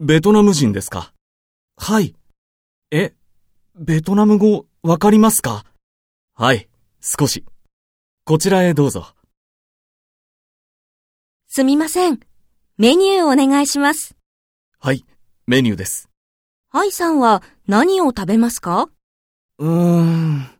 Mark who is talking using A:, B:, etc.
A: ベトナム人ですかはい。え、ベトナム語わかりますかはい、少し。こちらへどうぞ。
B: すみません。メニューお願いします。
A: はい、メニューです。
B: 愛さんは何を食べますか
A: うーん。